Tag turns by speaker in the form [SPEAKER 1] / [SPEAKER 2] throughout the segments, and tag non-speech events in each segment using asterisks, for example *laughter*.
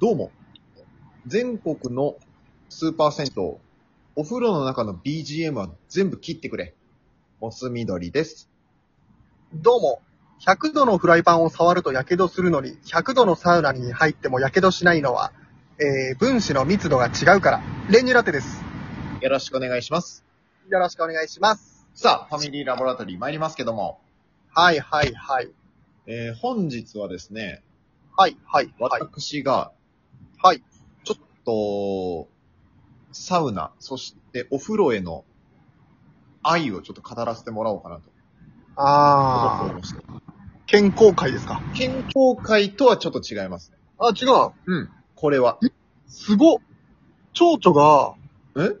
[SPEAKER 1] どうも。全国のスーパー銭湯、お風呂の中の BGM は全部切ってくれ。モス緑です。
[SPEAKER 2] どうも。100度のフライパンを触ると火傷するのに、100度のサウナに入っても火傷しないのは、えー、分子の密度が違うから、練乳ラテです。
[SPEAKER 1] よろしくお願いします。
[SPEAKER 2] よろしくお願いします。
[SPEAKER 1] さあ、ファミリーラボラトリー参りますけども、
[SPEAKER 2] はいはいはい。
[SPEAKER 1] えー、本日はですね、
[SPEAKER 2] はいはいはい。
[SPEAKER 1] 私が、
[SPEAKER 2] はい。
[SPEAKER 1] ちょっと、サウナ、そしてお風呂への愛をちょっと語らせてもらおうかなと思っており
[SPEAKER 2] あ
[SPEAKER 1] まして。
[SPEAKER 2] ー、健康会ですか
[SPEAKER 1] 健康会とはちょっと違いますね。
[SPEAKER 2] あ、違う。
[SPEAKER 1] うん。これは。
[SPEAKER 2] すごっ。蝶々が、
[SPEAKER 1] え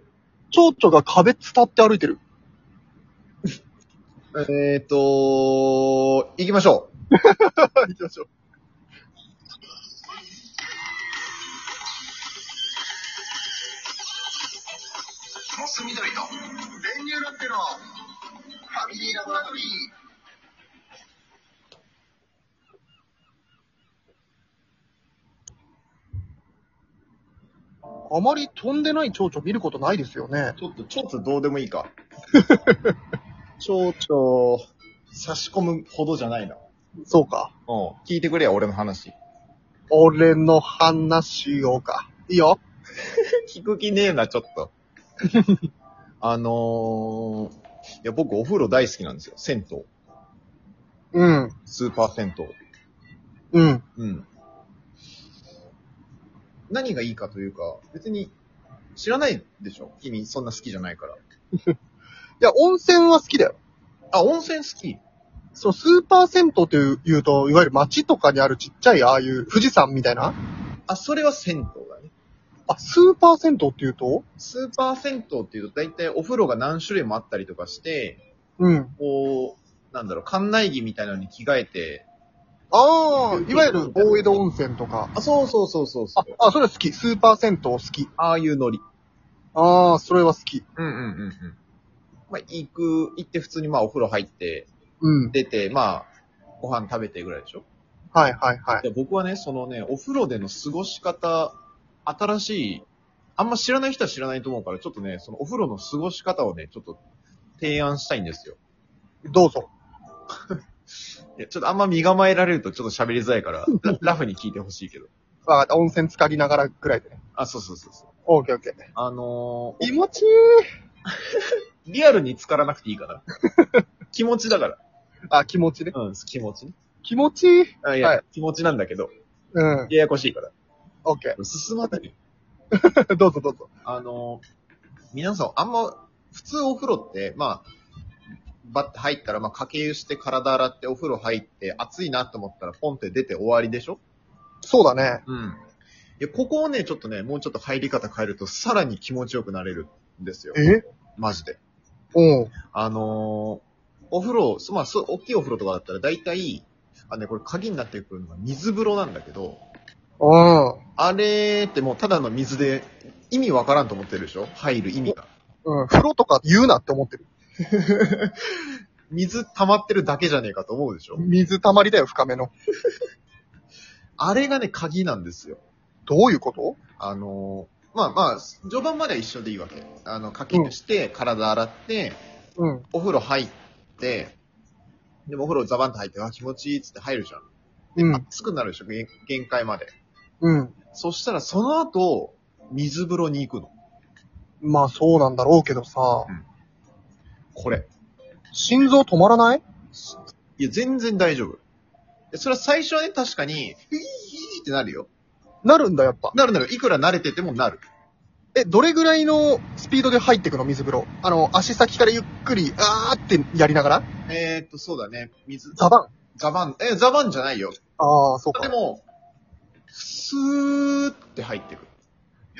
[SPEAKER 2] 蝶々が壁伝って歩いてる。
[SPEAKER 1] えーとー、行きましょう。
[SPEAKER 2] 行きましょう。
[SPEAKER 3] モス緑と練乳ラテのファミリーラボラトリー。
[SPEAKER 2] あまり飛んでない蝶々見ることないですよね。
[SPEAKER 1] ちょっと、ちょっとどうでもいい *laughs* か。ちょちょ、差し込むほどじゃないな。
[SPEAKER 2] そうか。
[SPEAKER 1] うん。聞いてくれよ、俺の話。
[SPEAKER 2] 俺の話をか。いいよ。
[SPEAKER 1] 聞く気ねえな、ちょっ *laughs* と。あのー、いや、僕お風呂大好きなんですよ。銭湯。
[SPEAKER 2] うん。
[SPEAKER 1] スーパー銭湯。
[SPEAKER 2] うん。
[SPEAKER 1] うん。何がいいかというか、別に知らないでしょ君、そんな好きじゃないから。
[SPEAKER 2] いや、温泉は好きだよ。
[SPEAKER 1] あ、温泉好き
[SPEAKER 2] そう、スーパー銭湯っていういうと、いわゆる街とかにあるちっちゃいああいう富士山みたいな。
[SPEAKER 1] あ、それは銭湯だね。
[SPEAKER 2] あ、スーパー銭湯っていうと
[SPEAKER 1] スーパー銭湯っていうと、大体お風呂が何種類もあったりとかして、
[SPEAKER 2] うん。
[SPEAKER 1] こう、なんだろう、館内着みたいなのに着替えて、
[SPEAKER 2] ああ、いわゆる大江戸温泉とか。
[SPEAKER 1] あ、そうそうそうそうそ
[SPEAKER 2] あ
[SPEAKER 1] う。、
[SPEAKER 2] あ、それ好き。スーパー銭湯好き。
[SPEAKER 1] ああいうノリ。
[SPEAKER 2] ああ、それは好き。
[SPEAKER 1] うんうんうんうん。まあ、行く、行って普通にまあお風呂入って、
[SPEAKER 2] うん。
[SPEAKER 1] 出て、まあ、ご飯食べてぐらいでしょ
[SPEAKER 2] はいはいはい。
[SPEAKER 1] で僕はね、そのね、お風呂での過ごし方、新しい、あんま知らない人は知らないと思うから、ちょっとね、そのお風呂の過ごし方をね、ちょっと提案したいんですよ。
[SPEAKER 2] どうぞ。
[SPEAKER 1] いやちょっとあんま身構えられるとちょっと喋りづらいから、ララフに聞いてほしいけど。
[SPEAKER 2] わかった。温泉浸かりながらぐらいでね。
[SPEAKER 1] あ、そうそうそうそう。
[SPEAKER 2] オーケーオーケー。
[SPEAKER 1] あの
[SPEAKER 2] 気持ちいい。
[SPEAKER 1] ー、リアルに浸からなくていいか *laughs* な。気持ちだから。
[SPEAKER 2] あ、気持ちね。
[SPEAKER 1] うん、気持ちね。
[SPEAKER 2] 気持ちいい。
[SPEAKER 1] あいや、
[SPEAKER 2] はい
[SPEAKER 1] 気持ちなんだけど、
[SPEAKER 2] うん。
[SPEAKER 1] ややこしいから。
[SPEAKER 2] オーケ
[SPEAKER 1] 進まないよ。
[SPEAKER 2] ー。 *laughs* どうぞどうぞ。
[SPEAKER 1] あのー、皆さん、あんま、普通お風呂って、まあ、バッて入ったら、まあ、掛け湯して体洗ってお風呂入って、暑いなと思ったらポンって出て終わりでしょ
[SPEAKER 2] そうだね。
[SPEAKER 1] うん。いや、ここをね、ちょっとね、もうちょっと入り方変えると、さらに気持ちよくなれるんですよ。
[SPEAKER 2] え
[SPEAKER 1] マジで。
[SPEAKER 2] うん。
[SPEAKER 1] あのー、お風呂、そまあ、そう、大きいお風呂とかだったら大体、あのね、これ鍵になってくるのが水風呂なんだけど、
[SPEAKER 2] うん。
[SPEAKER 1] あれってもうただの水で意味わからんと思ってるでしょ入る意味が。
[SPEAKER 2] うん。風呂とか言うなって思ってる。
[SPEAKER 1] 水溜まってるだけじゃねえかと思うでしょ
[SPEAKER 2] 水溜まりだよ、深めの。
[SPEAKER 1] あれがね、鍵なんですよ。
[SPEAKER 2] どういうこと
[SPEAKER 1] あのー、まあまあ、序盤までは一緒でいいわけ。あの、課金して、体洗って、
[SPEAKER 2] うん。
[SPEAKER 1] お風呂入って、でもお風呂ザバンと入って、あ、気持ちいいっつって入るじゃん。
[SPEAKER 2] うん。
[SPEAKER 1] 熱くなるでしょ限限界まで。
[SPEAKER 2] うん。
[SPEAKER 1] そしたらその後、水風呂に行くの。
[SPEAKER 2] まあそうなんだろうけどさ、
[SPEAKER 1] これ。
[SPEAKER 2] 心臓止まらない
[SPEAKER 1] いや、全然大丈夫。いやそれは最初はね、確かに、ヒーヒーってなるよ。
[SPEAKER 2] なるんだやっぱ。
[SPEAKER 1] なるなる。いくら慣れててもなる。
[SPEAKER 2] え、どれぐらいのスピードで入ってくの水風呂。あの、足先からゆっくり、あーってやりながら
[SPEAKER 1] えー、っと、そうだね。水、
[SPEAKER 2] ザバン。
[SPEAKER 1] ザバン、え、ザバンじゃないよ。
[SPEAKER 2] あー、そう
[SPEAKER 1] で
[SPEAKER 2] か。
[SPEAKER 1] も、スーって入ってく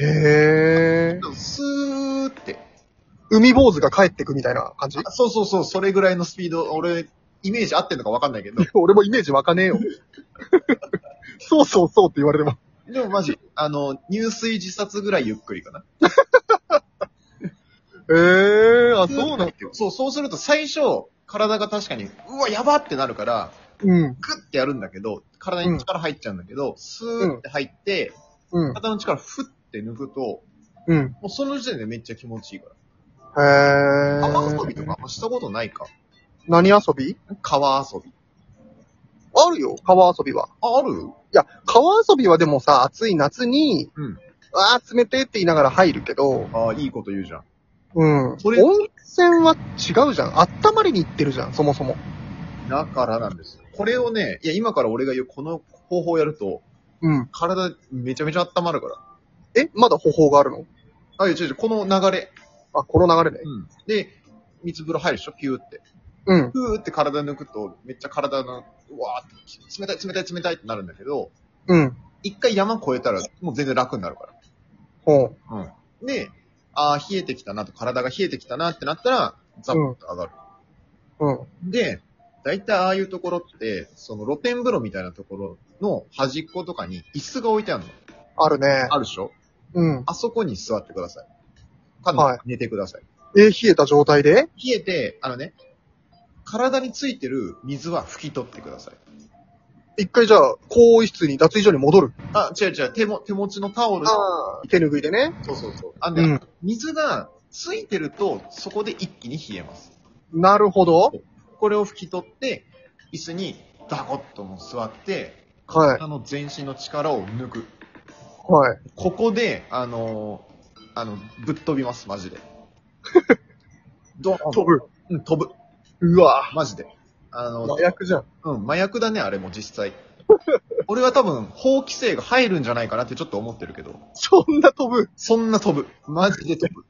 [SPEAKER 2] へー。
[SPEAKER 1] る。スーって。
[SPEAKER 2] 海坊主が帰ってくみたいな感じ
[SPEAKER 1] あそうそうそう、それぐらいのスピード、俺、イメージ合ってんのかわかんないけど。
[SPEAKER 2] 俺もイメージわかねえよ。 *laughs* そうそうそうって言われても。
[SPEAKER 1] でもマジ、あの、入水自殺ぐらいゆっくりかな。
[SPEAKER 2] へー、あ、そうなん
[SPEAKER 1] だそう、そうすると最初、体が確かに、うわ、やばってなるから、
[SPEAKER 2] うん。
[SPEAKER 1] グッてやるんだけど、体に力入っちゃうんだけど、スーって入って、
[SPEAKER 2] うん。
[SPEAKER 1] 肩の力ふって抜くと、も
[SPEAKER 2] うん。
[SPEAKER 1] うその時点でめっちゃ気持ちいいか
[SPEAKER 2] へ
[SPEAKER 1] ら。
[SPEAKER 2] え。
[SPEAKER 1] 川遊びとかあんましたことないか
[SPEAKER 2] 何遊び
[SPEAKER 1] 川遊び。
[SPEAKER 2] あるよ、川遊びは。
[SPEAKER 1] あ、ある
[SPEAKER 2] いや、川遊びはでもさ、暑い夏に、
[SPEAKER 1] うん
[SPEAKER 2] ああ、冷てえって言いながら入るけど、
[SPEAKER 1] ああ、いいこと言うじゃん。
[SPEAKER 2] うん。温
[SPEAKER 1] それ
[SPEAKER 2] 泉は違うじゃん。温まりに行ってるじゃん、そもそも。
[SPEAKER 1] だからなんですよ。これをね、いや、今から俺が言うこの方法をやると、
[SPEAKER 2] うん。
[SPEAKER 1] 体めちゃめちゃ温まるから。
[SPEAKER 2] え、まだ方法があるの
[SPEAKER 1] あ、いや、違う違う、この流れ。
[SPEAKER 2] あ、この流れね。
[SPEAKER 1] うん。で、水風呂入るでしょピューって。
[SPEAKER 2] うん。
[SPEAKER 1] ピューって体抜くと、めっちゃ体の、うわーって、冷たい冷たい冷たいってなるんだけど、
[SPEAKER 2] うん。
[SPEAKER 1] 一回山越えたら、もう全然楽になるか
[SPEAKER 2] ほう。
[SPEAKER 1] ら。うん。で、ああ、冷えてきたなと、体が冷えてきたなってなったら、ザッと上がる。
[SPEAKER 2] うん。
[SPEAKER 1] で、大体ああいうところって、その露天風呂みたいなところの端っことかに椅子が置いてあるの。
[SPEAKER 2] あるね。
[SPEAKER 1] あるでしょ
[SPEAKER 2] うん。
[SPEAKER 1] あそこに座ってください。かな
[SPEAKER 2] は
[SPEAKER 1] り寝てください。
[SPEAKER 2] え、冷えた状態で
[SPEAKER 1] 冷えて、あのね、体についてる水は拭き取ってください。
[SPEAKER 2] 一回じゃあ、更衣室に脱衣所に戻る。
[SPEAKER 1] あ、違う違う、手も、手持ちのタオル。
[SPEAKER 2] ああ。手拭いでね。
[SPEAKER 1] そうそうそう。あの
[SPEAKER 2] う
[SPEAKER 1] ね、
[SPEAKER 2] ん。
[SPEAKER 1] 水がついてると、そこで一気に冷えます。
[SPEAKER 2] なるほど。
[SPEAKER 1] これを拭き取って、椅子にダコッともう座って、
[SPEAKER 2] はい。
[SPEAKER 1] あの全身の力を抜く。
[SPEAKER 2] はい。
[SPEAKER 1] ここで、あのーあの、ぶっ飛びます、マジ
[SPEAKER 2] *laughs*
[SPEAKER 1] で。どん
[SPEAKER 2] 飛ぶ。
[SPEAKER 1] うん、飛ぶ。
[SPEAKER 2] うわ
[SPEAKER 1] マジで。あの、
[SPEAKER 2] 麻薬じゃん。
[SPEAKER 1] うん、麻薬だね、あれも実
[SPEAKER 2] *laughs*
[SPEAKER 1] 際。俺は多分、法規制が入るんじゃないかなってちょっと思ってるけど、
[SPEAKER 2] そんな飛ぶ。
[SPEAKER 1] そんな飛ぶ。マジで飛
[SPEAKER 2] *laughs*
[SPEAKER 1] ぶ。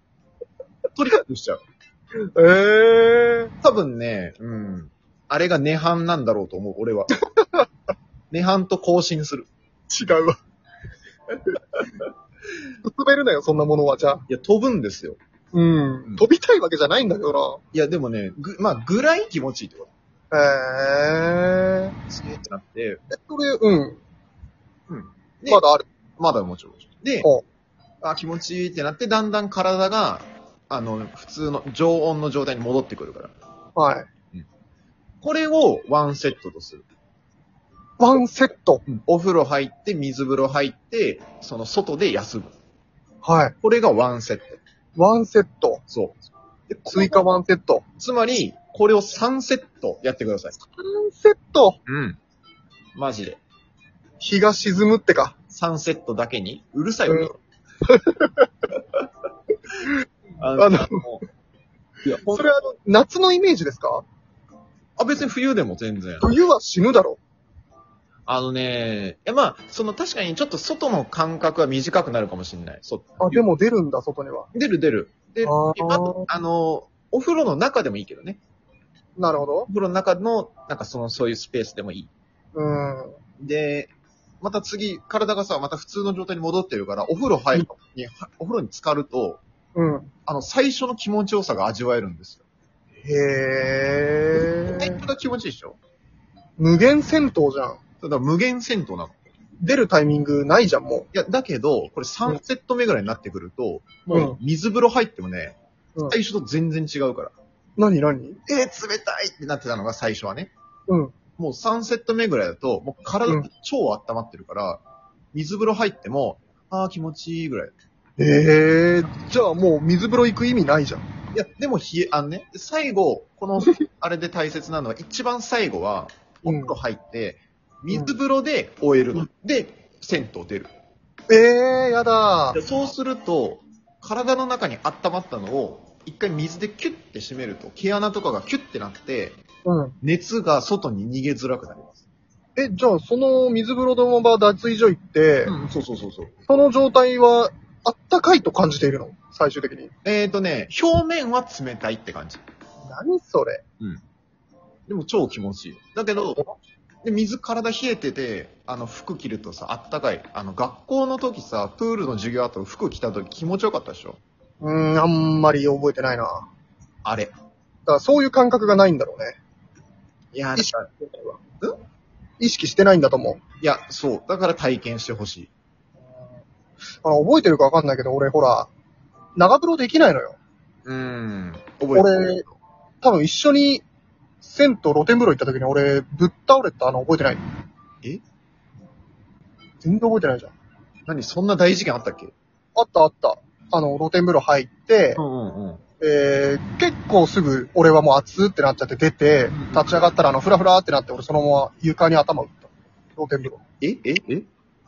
[SPEAKER 1] トリックしちゃう。
[SPEAKER 2] ええ
[SPEAKER 1] 多分ね、うん、あれが涅槃なんだろうと思う、俺
[SPEAKER 2] *laughs*
[SPEAKER 1] は。涅槃と交信する。
[SPEAKER 2] 違うわ。滑るなよ、そんなものは、じゃあ。
[SPEAKER 1] いや、飛ぶんですよ。
[SPEAKER 2] うん飛びたいわけじゃないんだけど
[SPEAKER 1] いや、でもね、ぐ、まあ、ぐらい気持ちいいってこと。
[SPEAKER 2] な。へえ
[SPEAKER 1] すげーってなって、
[SPEAKER 2] ー。それ、うん。
[SPEAKER 1] で
[SPEAKER 2] まだある。
[SPEAKER 1] まだもちろん。で
[SPEAKER 2] お、
[SPEAKER 1] あ、気持ちいいってなって、だんだん体が、あの、普通の常温の状態に戻ってくるから。
[SPEAKER 2] はい。
[SPEAKER 1] これをワンセットとする。
[SPEAKER 2] ワンセット。
[SPEAKER 1] お風呂入って、水風呂入って、その外で休む。
[SPEAKER 2] はい。
[SPEAKER 1] これがワンセット。
[SPEAKER 2] ワンセット。
[SPEAKER 1] そう。で
[SPEAKER 2] 追加ワンセット。
[SPEAKER 1] つまり、これを3セットやってください。
[SPEAKER 2] ワンセット。
[SPEAKER 1] うん。マジで。
[SPEAKER 2] 日が沈むってか。
[SPEAKER 1] 3セットだけに、うるさいよ、ね。 *laughs* あ
[SPEAKER 2] あの
[SPEAKER 1] もういや、ほん
[SPEAKER 2] それはあの、夏のイメージですか
[SPEAKER 1] あ、別に冬でも全然。
[SPEAKER 2] 冬は死ぬだろ。
[SPEAKER 1] あのね、いやまあ、その確かにちょっと外の感覚は短くなるかもしれない。そ
[SPEAKER 2] あ、でも出るんだ、外には。
[SPEAKER 1] 出る出る。で、
[SPEAKER 2] あ
[SPEAKER 1] あ
[SPEAKER 2] ー
[SPEAKER 1] と、あの、お風呂の中でもいいけどね。
[SPEAKER 2] なるほど
[SPEAKER 1] お。風呂の中の、なんかその、そういうスペースでもいい。
[SPEAKER 2] うん。
[SPEAKER 1] で、また次、体がさ、また普通の状態に戻ってるから、お風呂入るに、はお風呂に浸かると、
[SPEAKER 2] うん。
[SPEAKER 1] あの、最初の気持ちよさが味わえるんですよ。
[SPEAKER 2] へ
[SPEAKER 1] 最
[SPEAKER 2] え。
[SPEAKER 1] 初が気持ちいいでしょ
[SPEAKER 2] 無限戦闘じゃん。
[SPEAKER 1] ただ無限銭湯なの。い
[SPEAKER 2] 出るタイミングないじゃん、も
[SPEAKER 1] や、だけど、これ3セット目ぐらいになってくると、
[SPEAKER 2] うん
[SPEAKER 1] もう水風呂入ってもね、
[SPEAKER 2] うん
[SPEAKER 1] 最初と全然違うから。
[SPEAKER 2] う。なになに
[SPEAKER 1] えー、冷たいってなってたのが最初はね。
[SPEAKER 2] うん。
[SPEAKER 1] もう3セット目ぐらいだと、もう体
[SPEAKER 2] う
[SPEAKER 1] が超温まってるから、水風呂入っても、あー気持ちいいぐらい。
[SPEAKER 2] ええじゃあもう水風呂行く意味ないじゃん。
[SPEAKER 1] いや、でも冷え、あのね、最後、こ
[SPEAKER 2] *laughs*
[SPEAKER 1] の、あれで大切なのは、一番最後は、
[SPEAKER 2] う
[SPEAKER 1] お
[SPEAKER 2] ん
[SPEAKER 1] 風呂入って、水風呂で終えるの。で、銭湯出る。
[SPEAKER 2] ええやだ
[SPEAKER 1] でそうすると、体の中に温まったのを、一回水でキュッて締めると、毛穴とかがキュッてなって、
[SPEAKER 2] うん。
[SPEAKER 1] 熱が外に逃げづらくなります。
[SPEAKER 2] え、じゃあその水風呂のまま脱衣所行って、
[SPEAKER 1] うん、そうそうそうそう。
[SPEAKER 2] その状態はあったかいと感じているの最終的に。
[SPEAKER 1] えーとね、表面は冷たいって感じ。
[SPEAKER 2] 何それ
[SPEAKER 1] でも超気持ちいいよ。だけど、で水体冷えてて、あの服着るとさ、あったかい。あの学校の時さ、プールの授業後服着た時気持ちよかったでしょ
[SPEAKER 2] うーん、あんまり覚えてないな。だか
[SPEAKER 1] あれ。
[SPEAKER 2] らそういう感覚がないんだろうね。
[SPEAKER 1] いや、だ
[SPEAKER 2] 意
[SPEAKER 1] から
[SPEAKER 2] 意識してないんだと思う。
[SPEAKER 1] いや、そう。だから体験してほしい。
[SPEAKER 2] あの、覚えてるかわかんないけど、俺ほら、長風呂できないのよ。
[SPEAKER 1] うーん。覚えて
[SPEAKER 2] 俺、多分一緒に、銭湯露天風呂行った時に俺、ぶっ倒れたの覚えてない。
[SPEAKER 1] え
[SPEAKER 2] 全然覚えてないじゃん。
[SPEAKER 1] 何そんな大事件あったっけ
[SPEAKER 2] あったあった。あの、露天風呂入って、
[SPEAKER 1] んうんうん。
[SPEAKER 2] えー、結構すぐ俺はもう熱ってなっちゃって出て
[SPEAKER 1] ん、
[SPEAKER 2] 立ち上がったらあの、ふらふらってなって俺そのまま床に頭打った。露天風呂。
[SPEAKER 1] えええ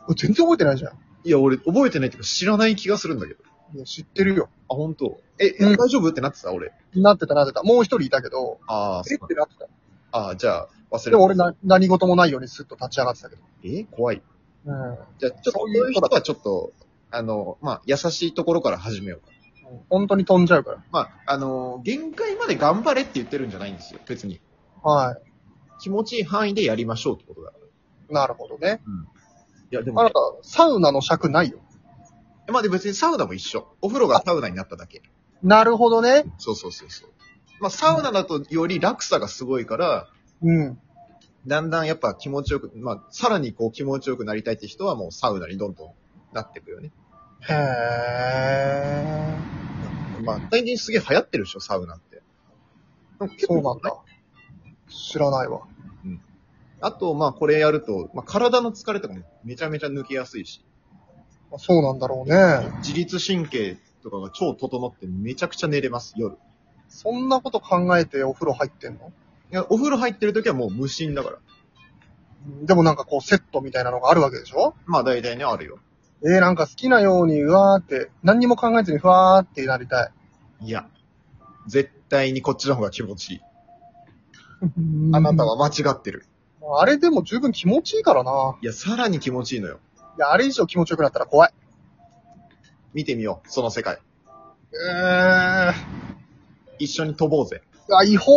[SPEAKER 2] 俺全然覚えてないじゃん。
[SPEAKER 1] いや、俺、覚えてないっていうか知らない気がするんだけど。
[SPEAKER 2] いや、知ってるよ。
[SPEAKER 1] あ、本当。え、
[SPEAKER 2] うん
[SPEAKER 1] 大丈夫ってなってた俺。
[SPEAKER 2] なってたなってた。もう一人いたけど、
[SPEAKER 1] ああ、そ
[SPEAKER 2] え
[SPEAKER 1] う
[SPEAKER 2] ってなってた。
[SPEAKER 1] ああ、じゃあ、忘れ
[SPEAKER 2] でも俺な何事もないようにスッと立ち上がってたけど。
[SPEAKER 1] え怖い。
[SPEAKER 2] うん。
[SPEAKER 1] じゃあ、ちょっと、そういう人はちょっと、あの、まあ、優しいところから始めようか。
[SPEAKER 2] 本当に飛んじゃうから。
[SPEAKER 1] まあ、あの、限界まで頑張れって言ってるんじゃないんですよ、別に。
[SPEAKER 2] は
[SPEAKER 1] 気持ちいい範囲でやりましょうってことだ。
[SPEAKER 2] い。なるほどね。
[SPEAKER 1] いや、で
[SPEAKER 2] あ
[SPEAKER 1] も、
[SPEAKER 2] なた、サウナの尺ないよ。
[SPEAKER 1] まあ、でも別にサウナも一緒。お風呂がサウナになっただけ。
[SPEAKER 2] なるほどね。
[SPEAKER 1] そうそうそうそう。まあ、サウナだとより落差がすごいから、
[SPEAKER 2] うん。
[SPEAKER 1] だんだんやっぱ気持ちよく、まあ、さらにこう気持ちよくなりたいって人はもうサウナにどんどんなっていくよね。
[SPEAKER 2] へえ。
[SPEAKER 1] まあ、最近すげえ流行ってるでしょ、サウナって。なんか結構
[SPEAKER 2] そうなんだ。知らないわ。
[SPEAKER 1] あと、まあ、これやると、まあ、体の疲れとかもめちゃめちゃ抜けやすいし、
[SPEAKER 2] そうなんだろうね。
[SPEAKER 1] 自律神経とかが超整ってめちゃくちゃ寝れます、夜。い
[SPEAKER 2] そんなこと考えてお風呂入ってんの
[SPEAKER 1] や、お風呂入ってる時はもう無心だから。
[SPEAKER 2] でもなんかこうセットみたいなのがあるわけでしょ
[SPEAKER 1] まあ、大体ね、あるよ。
[SPEAKER 2] えー、なんか好きなようにうわーって、何にも考えずにふわーってなりたい。
[SPEAKER 1] いや、絶対にこっちの方が気持ちいい。あなたは間違ってる。
[SPEAKER 2] あれでも十分気持ちいいからな。
[SPEAKER 1] いや、さらに気持ちいいのよ。
[SPEAKER 2] いや、あれ以上気持ちよくなったら怖い。
[SPEAKER 1] 見てみよう、その世界。
[SPEAKER 2] えー。
[SPEAKER 1] 一緒に飛ぼうぜ。
[SPEAKER 2] あ、違法。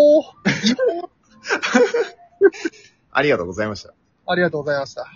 [SPEAKER 1] ありがとうございました。
[SPEAKER 2] ありがとうございました。